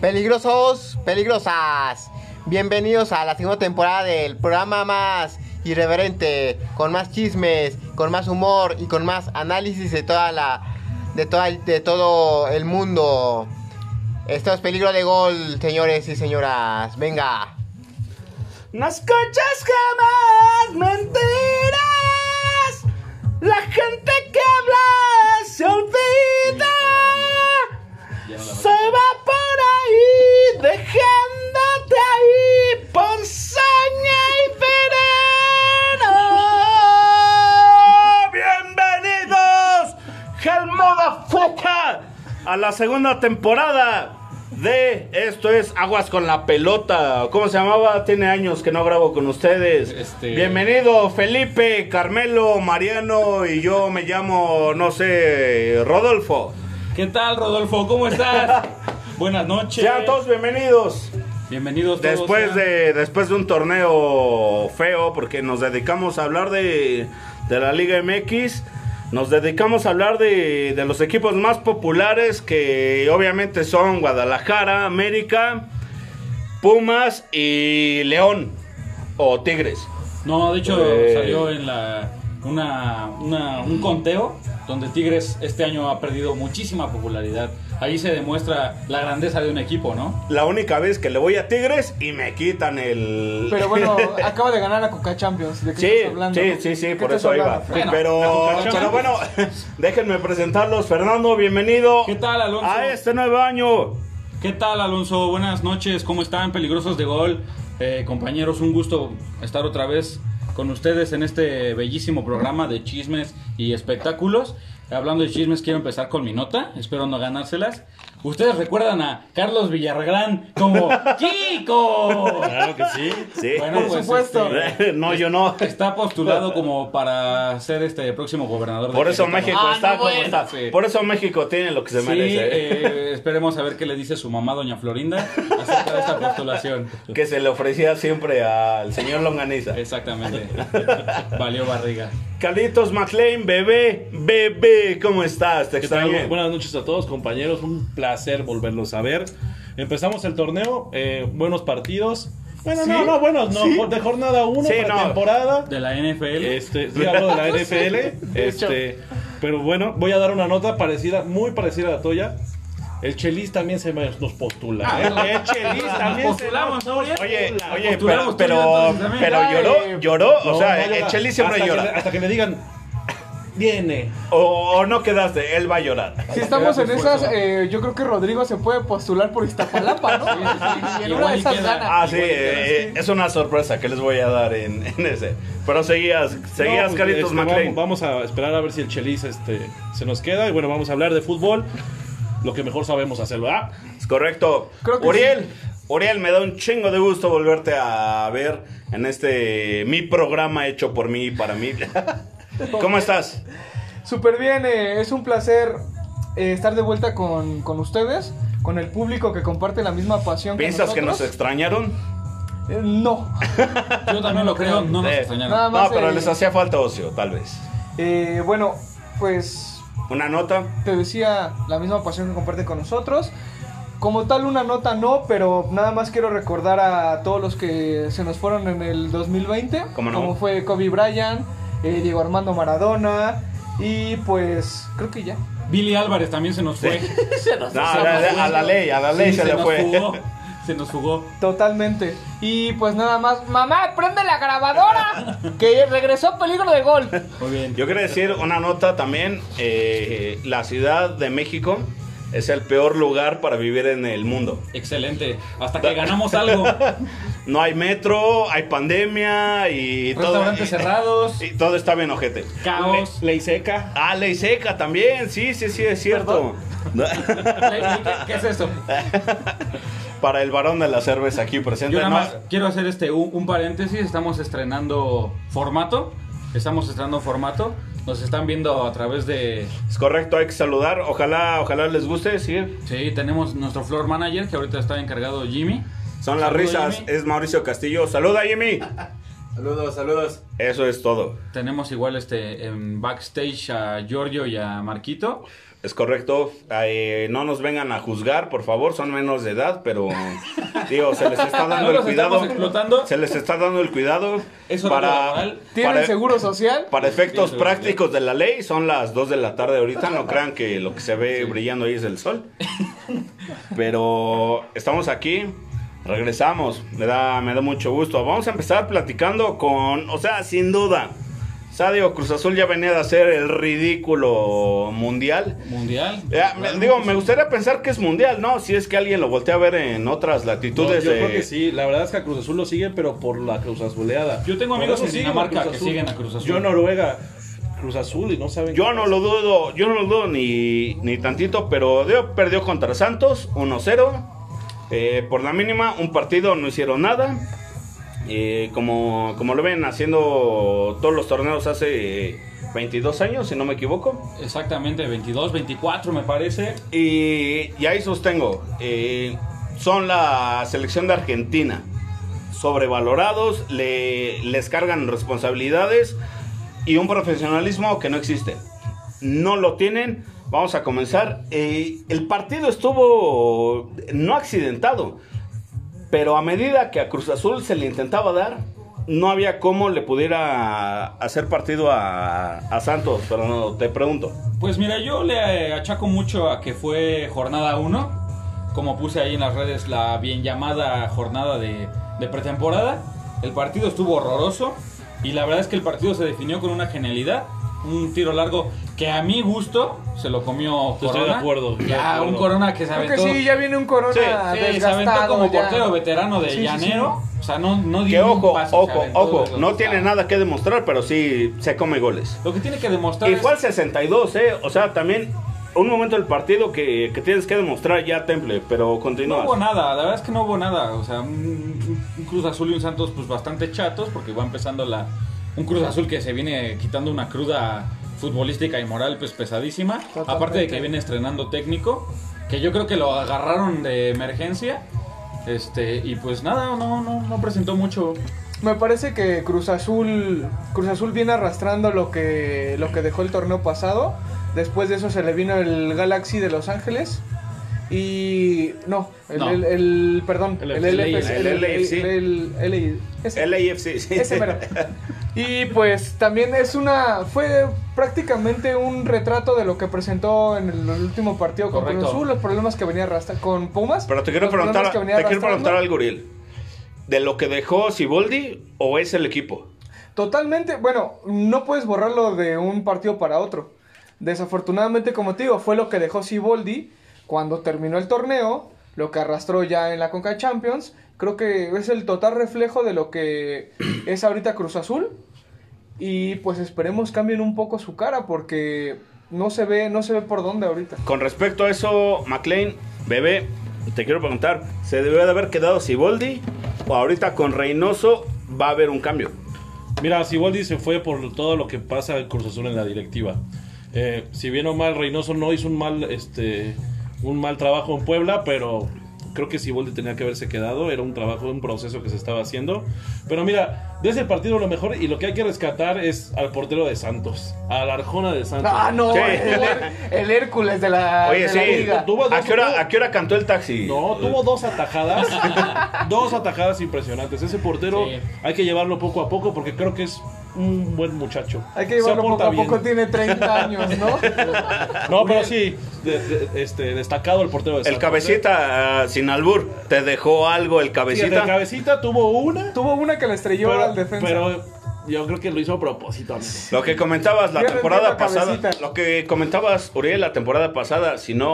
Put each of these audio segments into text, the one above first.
Peligrosos, peligrosas. Bienvenidos a la segunda temporada del programa más irreverente, con más chismes, con más humor y con más análisis de toda la de toda de todo el mundo. Esto es peligro de gol, señores y señoras. Venga. No escuchas jamás mentiras. La gente que habla se olvida. Se va por ahí, dejándote ahí por saña y veneno. Bienvenidos, Helmoda Foca, a la segunda temporada de Esto es Aguas con la Pelota. ¿Cómo se llamaba? Tiene años que no grabo con ustedes. Este- Bienvenido, Felipe, Carmelo, Mariano y yo me llamo, no sé, Rodolfo. ¿Qué tal, Rodolfo? ¿Cómo estás? Buenas noches. Sean todos bienvenidos. Bienvenidos todos. Después sean. de, ¿eh? después de un torneo feo, porque nos dedicamos a hablar de, de la Liga MX, nos dedicamos a hablar de, de los equipos más populares, que obviamente son Guadalajara, América, Pumas y León o Tigres. No, de hecho, Eh. salió en la. Una, una- un conteo donde Tigres este año ha perdido muchísima popularidad. Ahí se demuestra la grandeza de un equipo, ¿no? La única vez que le voy a Tigres y me quitan el... Pero bueno, acaba de ganar la Coca Champions. ¿De qué Sí, estás hablando? sí, no? sí, sí, ¿Qué por estás eso iba. hablando, Bueno, Fran? pero, la pero cucaracha. bueno, déjenme presentarlos. Fernando, bienvenido. ¿Qué tal, Alonso? A este nuevo año. ¿Qué tal, Alonso? Buenas noches. ¿Cómo están, peligrosos de gol? Eh, compañeros, un gusto estar otra vez con ustedes en este bellísimo programa de chismes y espectáculos. Hablando de chismes, quiero empezar con mi nota. Espero no ganárselas. Ustedes recuerdan a Carlos Villarreal como Kiko. Claro que sí. Sí. Bueno, Por pues, supuesto. este, no, yo no. está postulado como para ser este próximo gobernador. de Por eso Querétaro. México Ah, está no, como bueno. está. Sí. Por eso México tiene lo que se Sí, merece. eh, esperemos a ver qué le dice su mamá, doña Florinda, acerca de esta postulación. Que se le ofrecía siempre al señor Longaniza. Eh. Exactamente. Valió barriga. Carlitos McLean, bebé, bebé, ¿cómo estás? Te ¿Qué tal? extrañé. Buenas noches a todos compañeros, un placer volverlos a ver. Empezamos el torneo, eh, buenos partidos. Bueno, no, no, buenos, no, de jornada 1 Sí, para no. temporada. De la NFL. Este, sí, hablo de la NFL, este, pero bueno, voy a dar una nota parecida, muy parecida a la tuya. El Chelis también se me- nos postula. ¿eh? Eh, Chelis, también se- postulamos, ¿no, Uriel? Oye, La oye, pero, postulamos tú, pero, entonces, también. pero Ay. lloró, lloró, o No, sea, no el llora. Chelis siempre hasta que llora. le- hasta que le digan, viene. O, o no quedaste, él va a llorar. Si estamos en Queda tu esfuerzo. esas, eh, yo creo que Rodrigo se puede postular por Iztapalapa, ¿no? sí, sí. Y en una Igual de y esas queda. gana. Ah, sí, eh, es una sorpresa que les voy a dar en, en ese. Pero seguías, seguías No, pues, Carlitos este, McLean. Vamos, vamos a esperar a ver si el Chelis este, se nos queda. Y bueno, vamos a hablar de fútbol. Lo que mejor sabemos hacerlo. ¿ah? ¿verdad? Es correcto. Creo que Uriel, Uriel, me da un chingo de gusto volverte a ver en este mi programa hecho por mí y para mí. ¿Cómo estás? Súper bien, eh, es un placer eh, estar de vuelta con, con ustedes, con el público que comparte la misma pasión ¿Piensas que que nos nosotros. extrañaron? Eh, no. Yo también lo creo, no nos Eh, Nada extrañaron. No, más, pero eh, les hacía falta ocio, tal vez. Eh, bueno, pues Una nota. te decía la misma pasión que comparte con nosotros. Como tal, una nota no, pero nada más quiero recordar a todos los que se nos fueron en el 2020. ¿Cómo no? Como fue Kobe Bryant, eh, Diego Armando Maradona y pues creo que ya. Billy Álvarez también se nos fue. No, a, la, a la ley, a la Sí, ley se, le nos fue. Jugó, se nos jugó. Totalmente. Y pues nada más, mamá, prende la grabadora, que regresó peligro de gol. Muy bien. Yo quería decir una nota también. eh, la Ciudad de México es el peor lugar para vivir en el mundo. Excelente. Hasta que ganamos algo. No hay metro, hay pandemia y todo. Restaurantes cerrados. Y todo está bien, ojete. Caos. Ley seca. Ah, ley seca también, sí, sí, sí, es cierto. ¿Qué, qué es eso? Para el varón de la cerveza aquí presente. Yo nada ¿no? más quiero hacer este un, un paréntesis. Estamos estrenando formato. Estamos estrenando formato. Nos están viendo a través de. Es correcto, hay que saludar. Ojalá, ojalá les guste, sí. Sí, tenemos nuestro floor manager que ahorita está encargado Jimmy. Son las Saludo, risas, Jimmy. es Mauricio Castillo. Saluda, Jimmy. Saludos, saludos. Eso es todo. Tenemos igual este en backstage a Giorgio y a Marquito. Es correcto. Eh, no nos vengan a juzgar, por favor, son menos de edad, pero digo, se les está dando No el los estamos cuidado. explotando. Se les está dando el cuidado Eso no es para, laboral. ¿Tienen para- seguro social? para efectos Tienen seguro. prácticos de la ley. Son las 2 de la tarde ahorita, no crean que lo que se ve brillando ahí es el sol. Pero estamos aquí. Regresamos, me da, me da mucho gusto. Vamos a empezar platicando con, o sea, sin duda, Sadio Cruz Azul ya venía de hacer el ridículo mundial. Mundial. Eh, me- pues digo, me gustaría pensar que es mundial, ¿no? Si es que alguien lo voltea a ver en otras latitudes. yo de- creo que sí, la verdad es que a Cruz Azul lo sigue, pero por la Cruz Azuleada. Yo tengo Por amigos eso en siguen a Dinamarca Cruz que Azul. siguen a Cruz Azul. Yo Noruega, Cruz Azul y no saben. Yo no lo dudo, yo no lo dudo ni, ni tantito, pero digo, perdió contra Santos 1-0. Eh, por la mínima, un partido no hicieron nada. Eh, como, como lo ven haciendo todos los torneos hace 22 años, si no me equivoco. Exactamente, 22, 24 me parece. Y, y ahí sostengo, eh, son la selección de Argentina. Sobrevalorados, le- les cargan responsabilidades y un profesionalismo que no existe. No lo tienen. Vamos a comenzar. Eh, el partido estuvo no accidentado, pero a medida que a Cruz Azul se le intentaba dar, no había cómo le pudiera hacer partido a, a Santos. Pero no, te pregunto. Pues mira, yo le achaco mucho a que fue jornada 1. Como puse ahí en las redes la bien llamada jornada de, de pretemporada. El partido estuvo horroroso. Y la verdad es que el partido se definió con una genialidad. Un tiro largo que a mi gusto se lo comió Estoy Corona. de acuerdo, estoy de Ya, acuerdo. un Corona que se Creo que aventó. sí, ya viene un corona Sí, sí, Sí, se aventó desgastado como ya. portero veterano de Sí, sí, sí. Llanero. O sea, no, no Que dio un ojo, pase, se ojo, aventó de ojo, los no dos. tiene nada que demostrar, pero sí se come goles. Lo que tiene que demostrar Y fue al es 62, ¿eh? O sea, también un momento del partido que, que tienes que demostrar ya temple, pero No hubo continúa. nada, la verdad es que no hubo nada. O sea, un, un Cruz Azul y un Santos, pues bastante chatos, porque va empezando la. Un Cruz Azul que se viene quitando una cruda futbolística y moral, pues pesadísima. Totalmente. Aparte de que viene estrenando técnico, que yo creo que lo agarraron de emergencia. Este, y pues nada, no, no, no presentó mucho. Me parece que Cruz Azul Cruz Azul viene arrastrando lo que lo que dejó el torneo pasado. Después de eso se le vino el Galaxy de Los Ángeles y no, el, No. el- el- perdón, El el, LFC, el LAFC. el- el- el- ese. LAFC, sí. Ese mero. Y pues también es una. Fue prácticamente un retrato de lo que presentó en el último partido con Correcto. Cruz Azul, los problemas que venía arrastrando con Pumas. Pero te quiero los problemas preguntar, que venía te quiero arrastrando. preguntar algo, Uriel. ¿De lo que dejó Siboldi o es el equipo? Totalmente, bueno, no puedes borrarlo de un partido para otro. Desafortunadamente, como te digo, fue lo que dejó Siboldi cuando terminó el torneo, lo que arrastró ya en la Conca Champions. Creo que es el total reflejo de lo que es ahorita Cruz Azul. Y pues esperemos cambien un poco su cara porque no se ve, no se ve por dónde ahorita. Con respecto a eso, McLean, bebé, te quiero preguntar, ¿se debió de haber quedado Siboldi o ahorita con Reynoso va a haber un cambio? Mira, Siboldi se fue por todo lo que pasa al Cruz Azul en la directiva. Eh, si bien o mal, Reynoso no hizo un mal, este, un mal trabajo en Puebla, pero creo que Siboldi tenía que haberse quedado. Era un trabajo, un proceso que se estaba haciendo. Pero mira, de ese partido lo mejor y lo que hay que rescatar es al portero de Santos, al Arjona de Santos. Ah, no, Sí. el, Her- el Hércules de la, Oye, de la sí. liga. Tuvo ¿A dos- qué, hora, ¿A qué hora cantó el taxi? No, tuvo dos atajadas. dos atajadas impresionantes. Ese portero Sí. hay que llevarlo poco a poco porque creo que es un buen muchacho. Hay que Se llevarlo poco porta a bien. poco, tiene 30 años, ¿no? No, pero sí, de- de- este, destacado el portero de El Santos. cabecita ah, sin albur, ¿te dejó algo el Sí, el de cabecita? cabecita tuvo una, Tuvo una que le estrelló pero, al defensa. pero yo creo que lo hizo a propósito, amigo. Lo que comentabas la Yo no temporada entiendo a pasada, Cabecita. lo que comentabas Uriel la temporada pasada, si no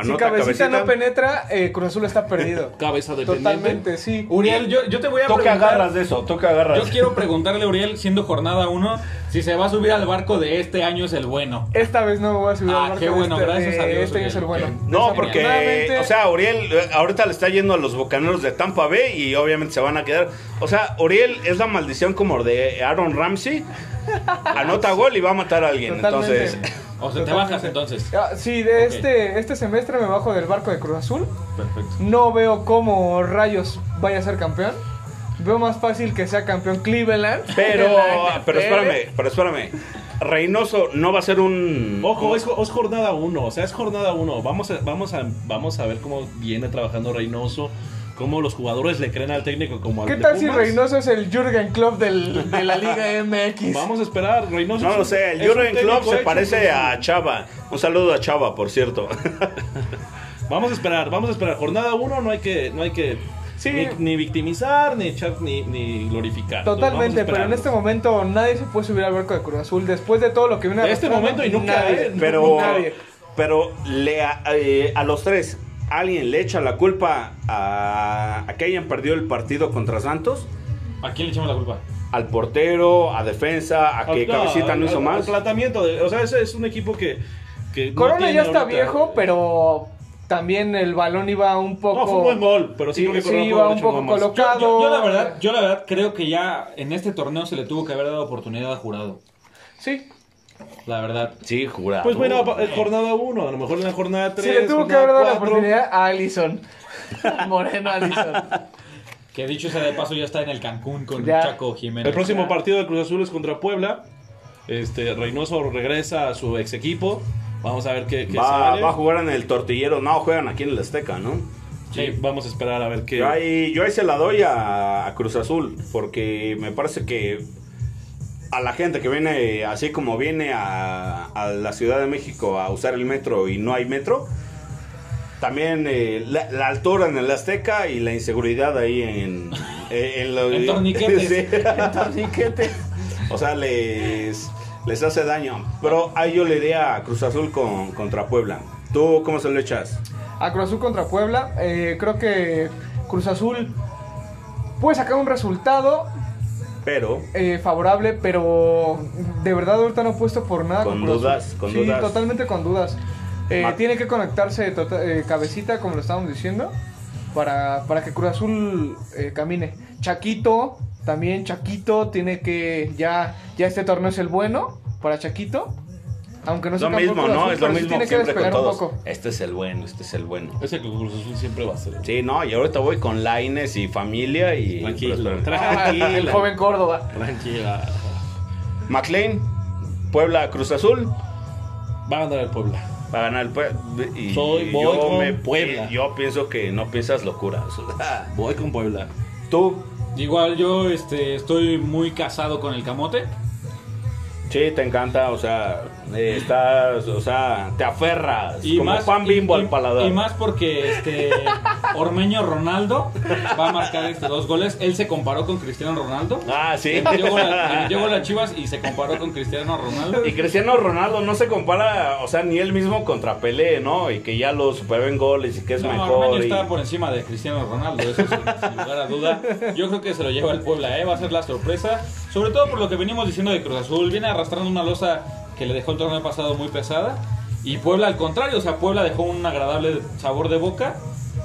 Si anota cabecita, cabecita, no penetra, eh, Cruz Azul está perdido. Cabeza dependiente. Totalmente, sí. Uriel, yo, yo te voy a toca preguntar- agarras de eso, toca agarras. Yo quiero preguntarle a Uriel, siendo jornada 1, si se va a subir al barco de este año es el bueno. Esta vez no me voy a subir Ah, al barco. qué bueno, de este, gracias a de Dios, Este año es el Uriel. bueno. No, porque, Desafortunadamente, o sea, Uriel eh, ahorita le está yendo a los Bucaneros de Tampa Bay y obviamente se van a quedar. O sea, Uriel es la maldición como de Aaron Ramsey. Anota gol y va a matar a alguien. Totalmente. Entonces, O sea, te Totalmente. bajas entonces. Ah, sí, de Ok. este, este semestre me bajo del barco de Cruz Azul. Perfecto. No veo cómo Rayos vaya a ser campeón. Veo más fácil que sea campeón Cleveland. pero, Cleveland, pero eh. espérame, pero espérame. Reynoso no va a ser un. Ojo, es, es jornada 1, o sea, es jornada 1. Vamos a, vamos, a, vamos a ver cómo viene trabajando Reynoso, cómo los jugadores le creen al técnico como al ¿Qué de tal si Pumas. Reynoso es el Jürgen Klopp del- de la Liga MX? Vamos a esperar, Reynoso. No es lo un- sé, el es un Jurgen técnico Klopp se hecho, parece es un- a Chava. Un saludo a Chava, por cierto. Vamos a esperar, vamos a esperar. Jornada 1 no hay que, no hay que Sí. ni, ni victimizar, ni echar, ni, ni glorificar. Totalmente, pero en este momento nadie se puede subir al barco de Cruz Azul. Después de todo lo que viene De este arrastrando, momento y nunca, nadie. ¿eh? Pero, Nadie. pero le, a- eh, a los tres, ¿alguien le echa la culpa a, a que hayan perdido el partido contra Santos? ¿A quién le echamos la culpa? Al portero, a defensa, a que Cabecita no hizo más. El planteamiento, de- o sea, ese es un equipo que. que no Corona tiene ya está ahorita- viejo, pero también el balón iba un poco. No, fue un buen gol, pero sí, creo que sí, Corona pudo iba haber un hecho poco más. Yo- Yo, colocado. yo la verdad, yo la verdad creo que ya en este torneo se le tuvo que haber dado oportunidad a jurado. Sí, La verdad. Sí, jurado. Pues bueno, pa- eh, jornada 1, a lo mejor en la jornada 3. Uh. sí le tuvo que haber dado la oportunidad a Allison. Moreno Allison. Que dicho sea de paso, ya está en el Cancún con Ya. Chaco Jiménez. El próximo partido de Cruz Azul es contra Puebla. Este, Reynoso regresa a su ex equipo. Vamos a ver qué, qué va, sale. va a jugar en el tortillero. No, juegan aquí en el Azteca, ¿no? Sí, vamos a esperar a ver qué. Yo ahí, yo ahí se la doy a, a Cruz Azul, porque me parece que a la gente que viene, así como viene a, a la Ciudad de México a usar el metro y no hay metro, también eh, la, la altura en el Azteca y la inseguridad ahí en... eh, en lo- En torniquetes. en torniquetes. O sea, les, les hace daño. Pero ahí yo le diría a Cruz Azul con, contra Puebla. ¿Tú cómo se lo echas? a Cruz Azul contra Puebla. Eh, creo que Cruz Azul puede sacar un resultado Pero... eh, favorable, pero de verdad ahorita no he puesto por nada. Con Cruz Azul. dudas, con sí, dudas. totalmente con dudas. Eh, Ma- tiene que conectarse tota- eh, cabecita, como lo estábamos diciendo, para, para que Cruz Azul eh, camine. Chaquito, también Chaquito, tiene que, ya, ya este torneo es el bueno para Chaquito. Aunque no Es sea lo campeón mismo, Cruz ¿no? Azul, Es lo pero sí mismo tiene que siempre despegar con un todos. poco. Este es el bueno, este es el bueno. Ese que Cruz Azul siempre va a ser. Sí, no, y ahorita voy con Laines y familia y... pues, Tranquilo. Ah, el joven Córdoba. Tranquila. McLean, Puebla, Cruz Azul, Va a ganar el Puebla. va a ganar el Puebla. Y Soy- voy con Puebla. Yo pienso que no piensas locuras. Voy con Puebla. Tú, Igual yo este, estoy muy casado con el camote. sí, te encanta, o sea, eh, estás, o sea, te aferras como pan y- bimbo y- al paladar. Y más porque este Ormeño Ronaldo va a marcar este, dos goles. Él se comparó con Cristiano Ronaldo. Ah, sí. Llegó la, llegó la Chivas y se comparó con Cristiano Ronaldo. Y Cristiano Ronaldo no se compara, o sea, ni él mismo contra Pelé, ¿no? Y que ya lo superó en goles y que es No, mejor. Ormeño y- está por encima de Cristiano Ronaldo, eso sin, sin lugar a duda. Yo creo que se lo lleva el Puebla, ¿eh? va a ser la sorpresa. Sobre todo por lo que venimos diciendo de Cruz Azul. Viene arrastrando una losa que le dejó el torneo pasado muy pesada. Y Puebla al contrario, o sea, Puebla dejó un agradable sabor de boca.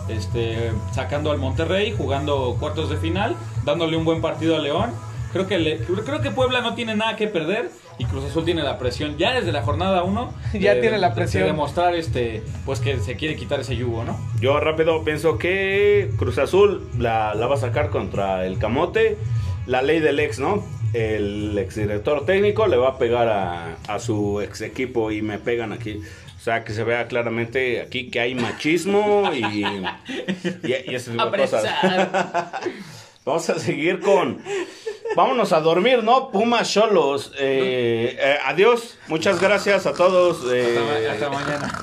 Este, sacando al Monterrey, jugando cuartos de final, dándole un buen partido a León. Creo que, le- creo que Puebla no tiene nada que perder y Cruz Azul tiene la presión ya desde la jornada 1. Ya tiene la presión. De demostrar este, pues que se quiere quitar ese yugo, ¿no? Yo rápido pienso que Cruz Azul la, la va a sacar contra el Camote. La ley del ex, ¿no? El exdirector técnico le va a pegar a, a su ex equipo y me pegan aquí. O sea, que se vea claramente aquí que hay machismo y, y, y ese tipo de cosas. Vamos a seguir con. Vámonos a dormir, ¿no? Pumas Cholos. Eh, eh, adiós. Muchas gracias a todos. eh, Hasta, ma- hasta mañana.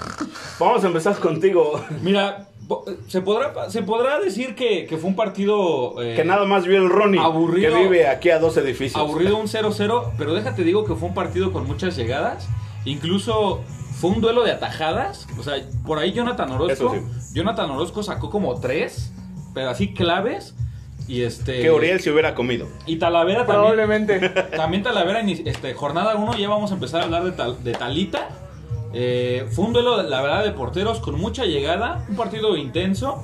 vamos a empezar contigo. Mira, po- se podrá, se podrá decir que, que fue un partido eh, Que nada más vio el Ronnie, Aburrido. que vive aquí a dos edificios. aburrido, un 0-0, pero déjate digo que fue un partido con muchas llegadas. Incluso fue un duelo de atajadas. O sea, por ahí Jonathan Eso Orozco, sí. Jonathan Orozco sacó como tres, pero así claves. Y este. Que Uriel se hubiera comido. Y Talavera también. Probablemente. También Talavera, ini- este, jornada 1, ya vamos a empezar a hablar de, Tal- de Talita. Eh, fue un duelo, la verdad, de porteros con mucha llegada, un partido intenso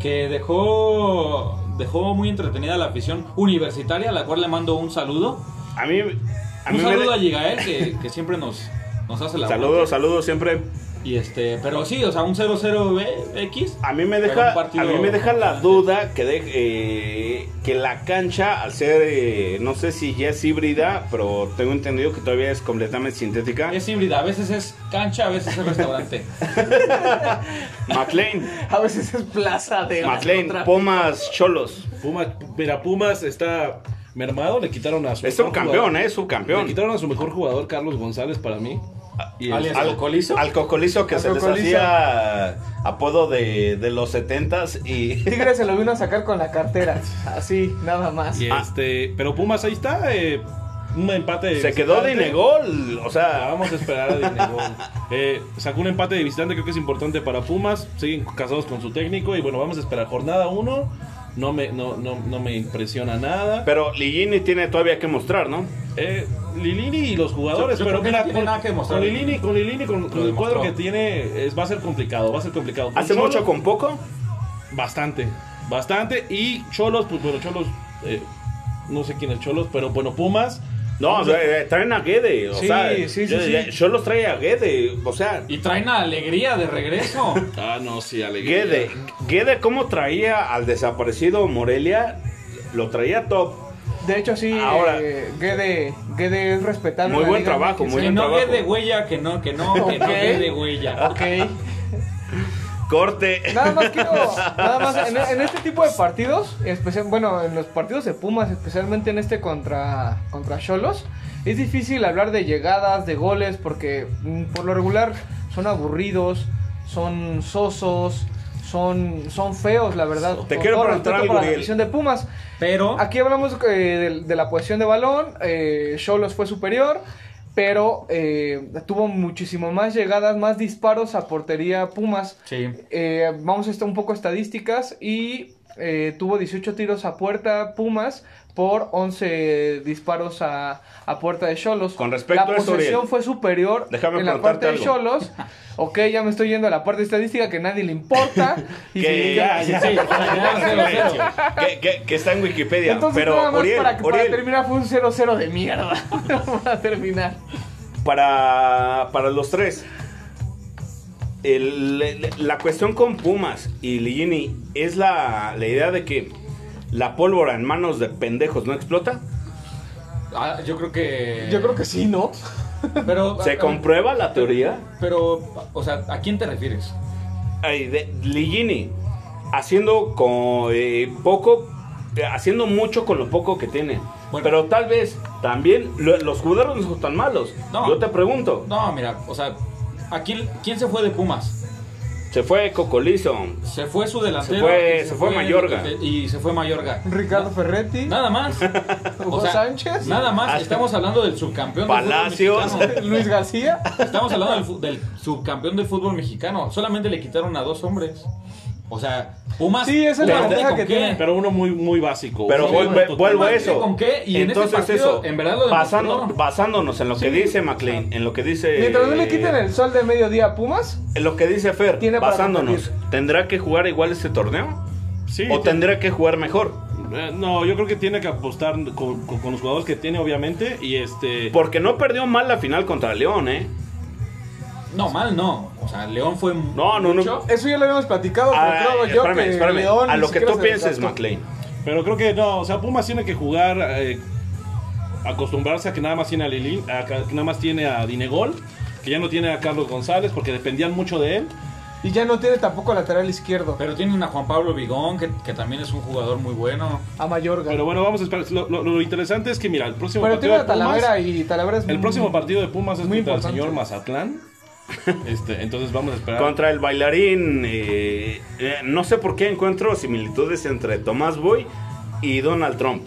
que dejó, dejó muy entretenida la afición universitaria, a la cual le mando un saludo. A mí, a mí un me saludo de- a Yigael, que, que siempre nos, nos hace la Saludos, saludos siempre. Y este, pero sí, o sea, un 0-0X. A mí me pero deja, un partido- a mí me deja la duda que, de- eh, que la cancha, al ser, eh, no sé si ya es híbrida, pero tengo entendido que todavía es completamente sintética. Es híbrida, a veces es cancha, a veces es restaurante. McLean, A veces es plaza de McLean, Pumas, Cholos. Pumas, mira, Pumas está mermado, le quitaron a su Es mejor subcampeón, jugador. eh, subcampeón. Le quitaron a su mejor jugador, Carlos González, para mí. Y Alias este, Al ¿Cocolizo? Al cocolizo que Al se Cocolizo. les hacía apodo de, de los setentas y... Tigres se lo vino a sacar con la cartera. Así, nada más. y este, pero Pumas ahí está, eh, un empate. Se quedó de visitante. negol, o Ah, sea, Vamos a esperar a Dinegol. Eh, sacó un empate de visitante, creo que es importante para Pumas. Siguen casados con su técnico. Y bueno, vamos a esperar jornada 1. No me, no, no, no me impresiona nada. pero Ligini tiene todavía que mostrar, ¿no? Eh, Lilini y los jugadores, Yo- yo pero creo que mira, no tiene con, nada que demostrar. con Lilini, con, Lilini, con- con el demostró. cuadro que tiene, es, va a ser complicado, va a ser complicado. Con ¿Hace Cholo, mucho con poco? Bastante, bastante. Y Cholos, pues bueno, Cholos, eh, no sé quién es Cholos, pero bueno, Pumas. No, o sea, eh, traen a Guede, o Sí, sea, sí, sí, yo, sí. yo los trae a Guede, o sea, y traen la alegría de regreso. Ah, no, sí, alegría. Guede, Guede cómo traía al desaparecido Morelia, lo traía top. De hecho, sí, Ahora- eh, Guede, Guede es respetable. Muy en la buen Liga trabajo, MX, muy ¿eh? que buen no trabajo. quede huella, que no, que no, que no Ok. quede huella. Ok. Corte. Nada más quiero, nada más en, en este tipo de partidos, especial, bueno, en los partidos de Pumas, especialmente en este contra contra Cholos, es difícil hablar de llegadas, de goles, porque mm, por lo regular son aburridos, son sosos, son son feos, la verdad. Te Con quiero todo preguntar respeto algo, para la Uriel. afición de Pumas. Pero Aquí hablamos eh, de, de la posición de balón, eh, Cholos fue superior, pero eh, tuvo muchísimo más llegadas, más disparos a portería Pumas. sí, Eh, vamos a estar un poco estadísticas y eh, tuvo 18 tiros a puerta Pumas por 11 disparos a, a puerta de Cholos. Con respecto la a eso, posesión Uriel, fue superior déjame en la parte preguntarte de algo. Cholos. Ok, ya me estoy yendo a la parte estadística que nadie le importa. Y Que sí, ya, sí, o sea, ya cero, cero. que, que- que está en Wikipedia, Entonces, nada pero más Uriel, para, que- para Uriel, terminar fue un 0-0 de mierda. para terminar. para, para los tres. El- le- le- la cuestión con Pumas y Ligini es la, la idea de que la pólvora en manos de pendejos no explota. Ah, yo creo que. Yo creo que sí, ¿no? Pero, ¿Se ah, comprueba la teoría? Pero, o sea, ¿a quién te refieres? Ay, de- Ligini, haciendo con eh, poco, eh, haciendo mucho con lo poco que tiene. Bueno. Pero tal vez también lo- los jugadores no son tan malos. No. Yo te pregunto, No, mira, o sea, ¿a quién, quién se fue de Pumas? se fue Cocolizo, Se fue su delantero. Se fue- y eh, se fue Mayorga. Y se fue Mayorga. Ricardo Ferretti. Nada más. Hugo Sánchez. Nada más. Hasta- Estamos hablando del subcampeón. del fútbol Palacios. mexicano. Luis García. Estamos hablando del, fu- del subcampeón del fútbol mexicano. Solamente le quitaron a dos hombres. O sea, Pumas. Sí, esa es la Pumas ventaja con que qué. tiene. Pero uno muy, muy básico. Pero Sí, vuelve- bueno, vuelvo a totalmente. eso. ¿Con qué? Y en este partido, en verdad lo basando- demostró. basándonos en lo que dice McLean, en lo que dice. Mientras no le quiten el sol de mediodía a Pumas, En lo que dice Fer, Tiene para basándonos, competir. ¿tendrá que jugar igual este torneo? Sí, ¿O tiene- tendrá que jugar mejor? Eh, No, yo creo que tiene que apostar con, con- con los jugadores que tiene, obviamente. Y este. Porque no perdió mal la final contra León, ¿eh? No, mal no. O sea, León fue. No, no, no. mucho. Eso ya lo habíamos platicado, pero Ah, creo yo espérame, que espérame. León a ni lo que siquiera tú se pienses, desgastó. McLean. Pero creo que no, o sea, Pumas tiene que jugar. eh, acostumbrarse a que nada más tiene a Lili, a que nada más tiene a Dinegol, que ya no tiene a Carlos González, porque dependían mucho de él. Y ya no tiene tampoco lateral izquierdo. Pero tienen a Juan Pablo Vigón, que, que también es un jugador muy bueno. A Mayorga. Pero bueno, vamos a esperar. Lo, lo- lo interesante es que, mira, el próximo Pero tiene partido. a De Pumas, Talavera y Talavera es el muy- próximo partido de Pumas es Muy contra el importante. señor Mazatlán. Este, entonces vamos a esperar. Contra el bailarín, eh, eh, no sé por qué encuentro similitudes entre Tomás Boy y Donald Trump.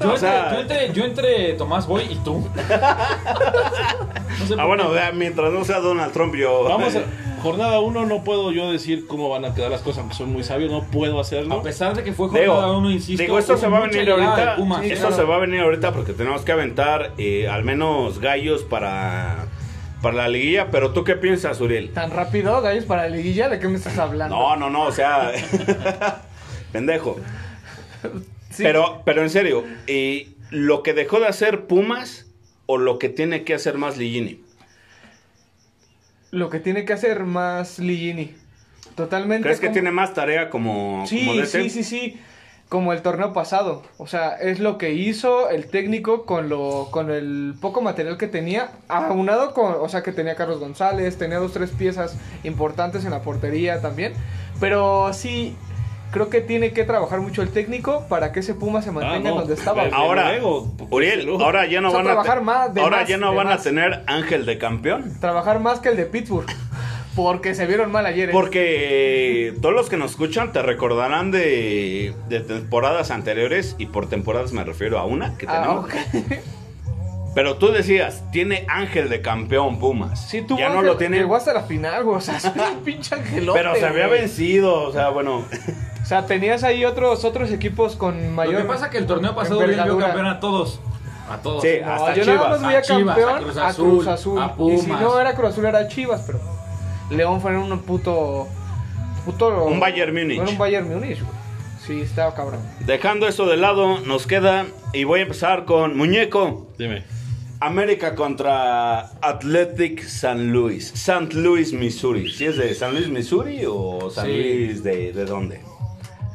Yo, O sea- entre, yo, entre, yo entre Tomás Boy y tú. No sé Ah, por bueno, qué. eh, mientras no sea Donald Trump, yo. Vamos a, jornada 1 no puedo yo decir cómo van a quedar las cosas, aunque soy muy sabio, no puedo hacerlo. A pesar de que fue jornada Digo, uno, insisto. digo, esto hubo se va a mucha venir llegada ahorita. de Pumas. esto se va a venir ahorita porque tenemos que aventar eh, al menos gallos para, para la liguilla. Pero tú qué piensas, Uriel? ¿Tan rápido, Gallos, para la liguilla? ¿De qué me estás hablando? No, no, no, o sea. pendejo. Sí. Pero, pero en serio, eh, ¿lo que dejó de hacer Pumas o lo que tiene que hacer más Ligini? lo que tiene que hacer más Ligini. Totalmente. ¿Crees que como- tiene más tarea como, como Sí, DT? sí, sí, sí. Como el torneo pasado. O sea, es lo que hizo el técnico con lo con el poco material que tenía, aunado con, o sea, que tenía Carlos González, tenía dos tres piezas importantes en la portería también, pero sí creo que tiene que trabajar mucho el técnico para que ese Puma Ah, se mantenga no, donde estaba. desde Ahora, luego, Uriel, desde luego. ahora ya no O sea, van a, trabajar más, de ahora más, ya no de van a más. tener ángel de campeón. Trabajar más que el de Pittsburgh, porque se vieron mal ayer. ¿eh? Porque eh, todos los que nos escuchan te recordarán de, de temporadas anteriores, y por temporadas me refiero a una que Ah, tenemos. ok. Pero tú decías, tiene ángel de campeón Pumas. Sí, tuvo ya no ángel- lo tiene. Llegó hasta la final, güey. O sea, es un pinche angelote. Pero se había güey. vencido, o sea, bueno. O sea, tenías ahí otros otros equipos con mayor. Lo que pasa es que el torneo pasado Uriel vio envergadura. campeón a todos. A todos. Sí, No, hasta yo nada Chivas. más veía a Chivas, campeón a Cruz a Azul, Cruz Azul. a y si Pumas. no era Cruz Azul, era Chivas, pero León fue un puto. puto Un Bayern Múnich. Era un Bayern Múnich, güey. Sí, estaba cabrón. Dejando eso de lado, nos queda, y voy a empezar con Muñeco. Dime. América contra Athletic San Luis. San Luis, Missouri. ¿Si es de San Luis, Missouri o San Sí. Luis de, de dónde?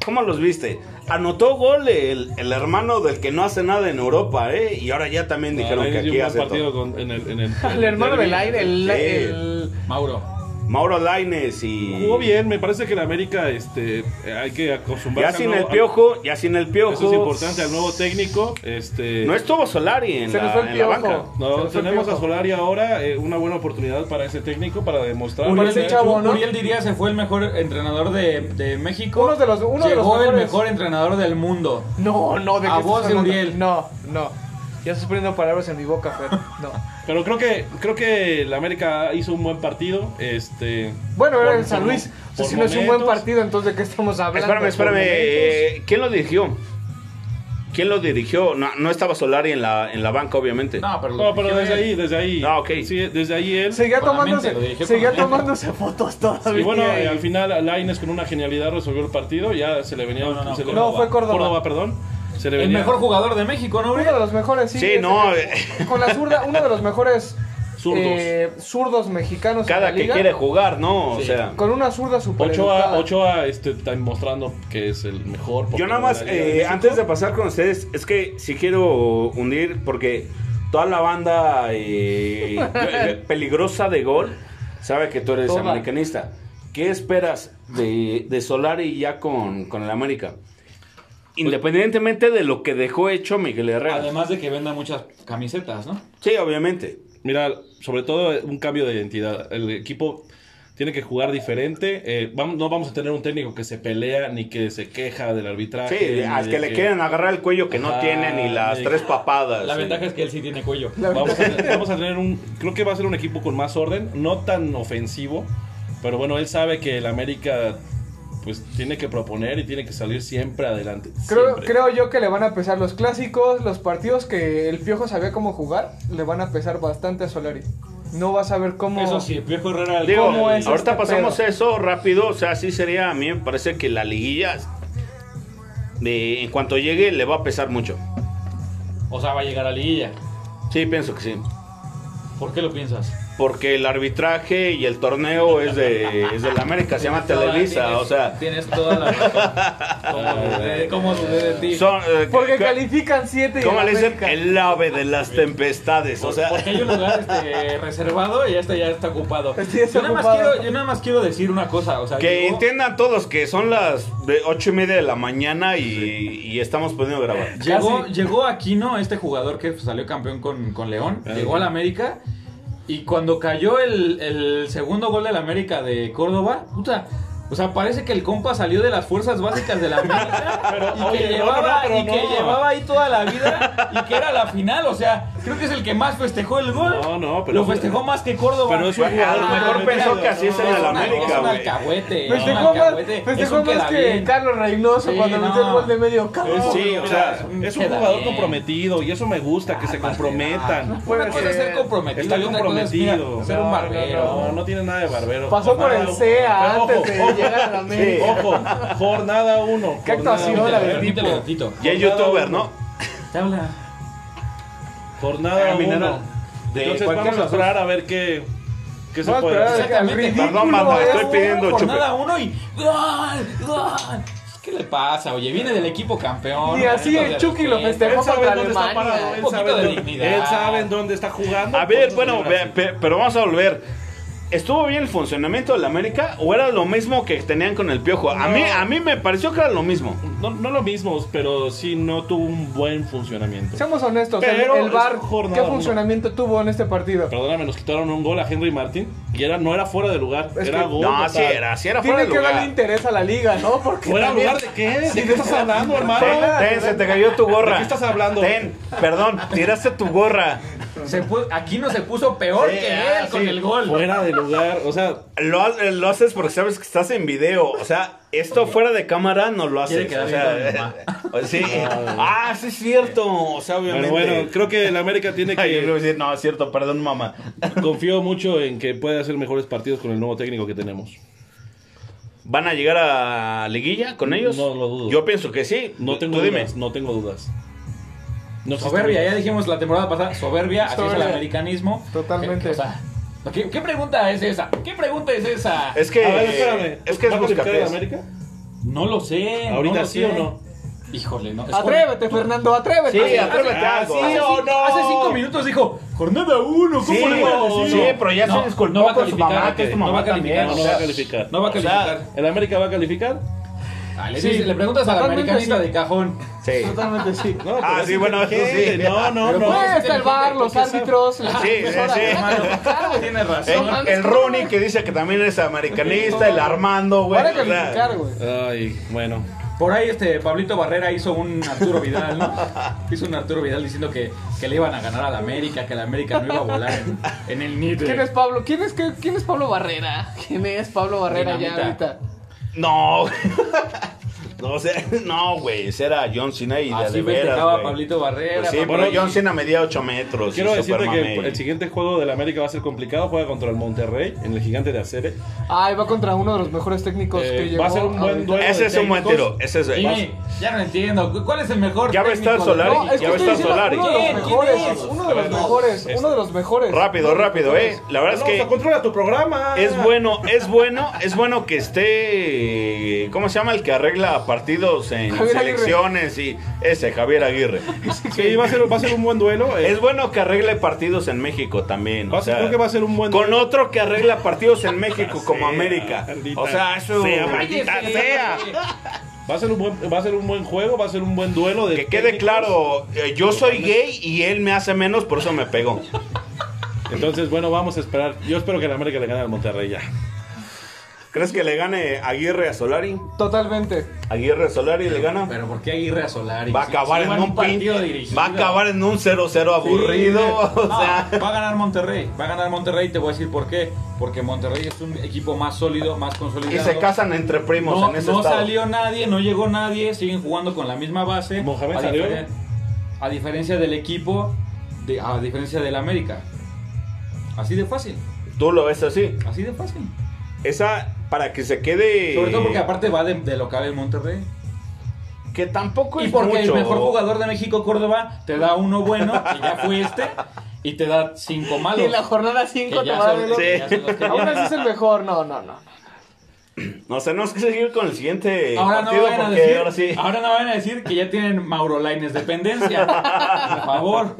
¿Cómo los viste? Anotó gol el, el hermano del que no hace nada en Europa, ¿eh? Y ahora ya también dijeron Ahí que dio aquí un hace buen partido todo. con- en el, en el- El hermano derbi. del aire, el. Sí. el- Mauro. Mauro Laines y... Jugó bien, me parece que el América este, eh, hay que Ya acostumbrarse. sin al el nuevo- piojo, ya sin el piojo. Eso es importante al nuevo técnico. Este, No estuvo Solari en, Se nos la, fue el en la Piojo. banca. Se No, nos fue el tenemos a piojo. Solari ahora, eh, una buena oportunidad para ese técnico para demostrar. Uriel, Uriel, ese de- chavo, ¿no? Uriel diría se fue el mejor entrenador de, de México. Uno de los- uno de los Llegó el mejores. mejor entrenador del mundo. No, no, de A qué estás vos, hablando? Uriel. No, no. Ya estás poniendo palabras en mi boca, Fer. No. Pero creo que creo que el América hizo un buen partido. Este, Bueno, era por- el San por- Luis. O sea, por si no es un buen momentos. partido, entonces de qué estamos hablando. Espérame, espérame. Por eh, ¿Quién lo dirigió? ¿Quién lo dirigió? No, no estaba Solari en la, en la banca, obviamente. No, pero, lo No, pero dirigió desde él. ahí, desde ahí. Ah, ok. Sí, desde ahí él. momentos. Seguía Con la mente, tomándose, lo dirigió seguía con la mente. tomándose fotos todavía. Y bueno, eh, al final Laines con una genialidad resolvió el partido. Ya se le venía. No, no, no, se le- Córdoba. No, fue Córdoba. perdón. Se le El venía. mejor jugador de México, ¿no, Uno Uriel? de los mejores, sí. Sí, es- no, es- eh. Con la zurda, uno de los mejores Zurdos. eh, zurdos mexicanos. en Cada la que liga, quiere jugar, ¿no? O sea. Con una zurda super. Ochoa, educada. Ochoa este, está mostrando que es el mejor. Yo nada portero más, de la Liga de eh, antes de pasar con ustedes, es que sí quiero hundir porque toda la banda eh, eh, peligrosa de gol sabe que tú eres Toda. americanista. ¿Qué esperas de, de Solari ya con, con el América? Independientemente de lo que dejó hecho Miguel Herrera. Además de que venda muchas camisetas, ¿no? sí, obviamente. Mira, sobre todo eh, un cambio de identidad. El equipo tiene que jugar diferente. Eh, vamos- no vamos a tener un técnico que se pelea ni que se queja del arbitraje. Sí, ni al de que le quieren agarrar el cuello que no Ah, Ajá, tiene ni las sí. tres papadas. La sí. ventaja es que él sí tiene cuello. Vamos a, vamos a tener un. Creo que va a ser un equipo con más orden, no tan ofensivo. Pero bueno, él sabe que el América pues tiene que proponer y tiene que salir siempre adelante. Creo, siempre. creo yo que le van a pesar los clásicos, los partidos que el Piojo sabía cómo jugar, le van a pesar bastante a Solari. No vas a ver cómo. Eso sí, el viejo Herrera. el- Digo, ¿Cómo es ahorita este pasamos pedo? eso rápido, o sea, sí sería, a mí me parece que la liguilla, de, en cuanto llegue, le va a pesar mucho. O sea, va a llegar a liguilla. Sí, pienso que sí. ¿Por qué lo piensas? Porque el arbitraje y el torneo es de, es de la América, se llama Televisa, Tienes- o sea... Tienes toda la razón. ¿Cómo dudé- ¿Cómo dudé de ti? Son, eh, Porque ¿qué- califican 7 y. ¿Cómo el le dicen? América- El ave de las tempestades, o sea... Porque hay un lugar este, reservado y este ya está ocupado. Este ya está yo, nada más ocupado. quiero, yo nada más quiero decir una cosa. O sea, Que llegó- entiendan todos que son las de ocho y media de la mañana y, y estamos poniendo a grabar. Llegó, Casi. llegó Aquino, este jugador que salió campeón con, con León, Ah, llegó al América y cuando cayó el, el segundo gol del América de Córdoba, puta, o sea, parece que el compa salió de las fuerzas básicas de la América y que, oye, no, llevaba, no, no, y que no. llevaba ahí toda la vida y que era la final, o sea, creo que es el que más festejó el gol. No, no, pero- Lo festejó más que Córdoba. Pero es un Güey, a lo jugador mejor comprometido, pensó que así es en ¿no? el Es un- Es América, un güey. alcahuete. es un Festejó más, alcahuete, es un festejó más queda que bien. Carlos Reynoso Sí, cuando no. metió el gol de medio campo. Es- Sí, o sea, es un queda jugador bien. comprometido y eso me gusta, Ah, que se comprometan. Puede Una cosa es ser. ser comprometido. Está y otra cosa es, mira, comprometido. ser un barbero. No, no tiene nada de barbero. Pasó por Nada el u- CEA Pero antes de ojo, llegar a la América. Ojo, jornada uno. Qué jornada actuación, uno. la verdad. Permítele tipo. tantito. Y es youtuber, ¿no? Te habla. Jornada Ah, mineral. uno. De Entonces cualquier vamos a razón. esperar a ver qué, ¿Qué se No, puede espera, hacer? al ridículo Perdón, mamá, es, estoy pidiendo chupe. Jornada uno y ¡Gol! ¡Gol! ¿Qué le pasa? Oye, viene del equipo campeón. Y así el Entonces, Chucky lo respeto. festejó contra Alemania. Un él poquito sabe, de dónde, dignidad. él sabe en dónde está jugando. A ver, Entonces, bueno, mira, ve- sí. pe- pero vamos a volver. ¿Estuvo bien el funcionamiento de la América o era lo mismo que tenían con el Piojo? A No. mí a mí me pareció que era lo mismo. no, no lo mismo, pero sí no tuvo un buen funcionamiento. Seamos honestos, el- Pero el, es bar, jornada ¿qué uno. funcionamiento tuvo en este partido? Perdóname, nos quitaron un gol a Henry Martin y era, no era fuera de lugar, Es era que- gol. No, total. sí era, sí era fuera de Tiene que darle lugar. interés a la liga, ¿no? Porque ¿Fuera de también- lugar de qué? ¿De qué estás hablando, hermano? Fuera. Ten, ten, se te cayó tu gorra. ¿De qué estás hablando? Ten, perdón, tiraste tu gorra. Se pu- aquí no se puso peor Sí, que ah, él con sí. el gol. Fuera de lugar, o sea, Lo, ha- eh, lo haces porque sabes que estás en video. O sea, esto fuera de cámara no lo haces. Quiere quedar o sea, bien con mi o- sí. Ah, sí es cierto. O sea, obviamente. pero bueno, creo que el América tiene Ay, yo le voy que. a decir, no, es cierto, perdón, mamá. Confío mucho en que puede hacer mejores partidos con el nuevo técnico que tenemos. ¿Van a llegar a liguilla con ellos? No lo dudo. Yo pienso que sí. No tengo Tú dime. dudas, no tengo dudas. No existe Soberbia, duda. ya dijimos la temporada pasada, soberbia, así es el Soberbia. americanismo. Totalmente. Eh, o sea, ¿qué, qué pregunta es esa? ¿Qué pregunta es esa? Es que, A ver, espérame. es que ¿Va es a calificar el buscapiés. América? No lo sé. ¿Ahorita no lo sí sé. o no? Híjole, no. es Atrévete, Fernando, Ah, Sí, Ah, atrévete. atrévete a algo. Hace cinco- Hace cinco minutos dijo, jornada uno, ¿cómo Sí, le voy a decir? sí, pero ya se disculpó no va a con su calificar, mamá, que es tu no mamá va a también, calificar, No, o no sea, va a calificar. No va a sea, calificar. ¿El América va a calificar? Ah, le, sí, dices- le preguntas al totalmente americanista sí. de cajón. Sí. Totalmente sí. No, Ah, pero sí, es bueno, eso sí. inteligente. No, no, Pero no. puede- Pues el bar, los árbitros, la Sí, sí, profesora. sí. Claro, tiene El, razón. el Rooney que dice que también es americanista, el Armando, güey. Para o sea, calificar, güey. Ay, bueno. Por ahí este Pablito Barrera hizo un Arturo Vidal, ¿no? Hizo un Arturo Vidal diciendo que, que le iban a ganar a la América, que la América no iba a volar en, en el nido. ¿Quién es Pablo? ¿Quién es, qué- quién es Pablo Barrera? ¿Quién es Pablo Barrera ya Dinamita. ahorita? No, güey. no, o sea, no, güey. Ese era John Cena y de Así de veras, festejaba güey. Pablito Barrera. Pues sí, Pablo- pero Bueno, John Cena medía 8 metros. Quiero y decirte Superman, que güey. el siguiente juego del América va a ser complicado. Juega contra el Monterrey en el Gigante de Acere. Ay, va contra uno de los mejores técnicos Eh, que va llegó. a ser un buen ahorita. duelo. Ese de es un buen técnicos. tiro. Ese es. Jimmy, ya no entiendo. ¿cu- ¿Cuál es el mejor? Ya va a estar técnico de- Solari. No, es que Ya va a estoy estar diciendo, Solari. Uno de los ¿Quién? ¿Quién es? mejores, uno de A ver, los no, mejores, este. uno de los mejores. Rápido, rápido, eh. La verdad No, es o que sea, controla tu programa. es bueno, es bueno, es bueno que esté. ¿Cómo se llama el que arregla partidos en Javier Aguirre. selecciones y ese Javier Aguirre? Sí, va a ser, va a ser un buen duelo. eh. Es bueno que arregle partidos en México también. Va o a ser- sea, creo que va a ser un buen Con otro que arregla partidos en México como América. maldita O sea, eso. sea, maldita Cállese, sea. oye. Va a ser un buen, va a ser un buen juego, va a ser un buen duelo. De Que quede técnicos. claro, eh, yo soy gay y él me hace menos, por eso me pegó. Entonces, bueno, vamos a esperar. Yo espero que el América le gane al Monterrey ya. ¿Crees que le gane Aguirre a Solari? Totalmente. Aguirre a Solari le gana. Pero ¿por qué Aguirre a Solari? Va a Si- acabar si en van un pin- partido dirigido. Va a acabar en un 0-0 aburrido. Sí. O No, sea. va a ganar Monterrey. Va a ganar Monterrey. Te voy a decir por qué. Porque Monterrey es un equipo más sólido, más consolidado. Y se casan entre primos No, en ese no estado. salió nadie, no llegó nadie, siguen jugando con la misma base. ¿Mohamed a, salió? diferen- a diferencia del equipo, de, a diferencia del América. Así de fácil, Tú lo ves así. así de fácil. Esa, para que se quede. Sobre todo porque aparte va de, de local el Monterrey. Que tampoco Y es porque mucho. el mejor jugador de México, Córdoba, te da uno bueno, que ya fue este, y te da cinco Y malos. en la jornada que 5 te ya va a son- ver. Sí. que ya son los que Aún vienen. así es el mejor, no, no, no. Nos tenemos que seguir con el siguiente Ahora no, partido van a porque decir, ahora sí. ahora no van a decir que ya tienen Mauro Laines dependencia. Por favor.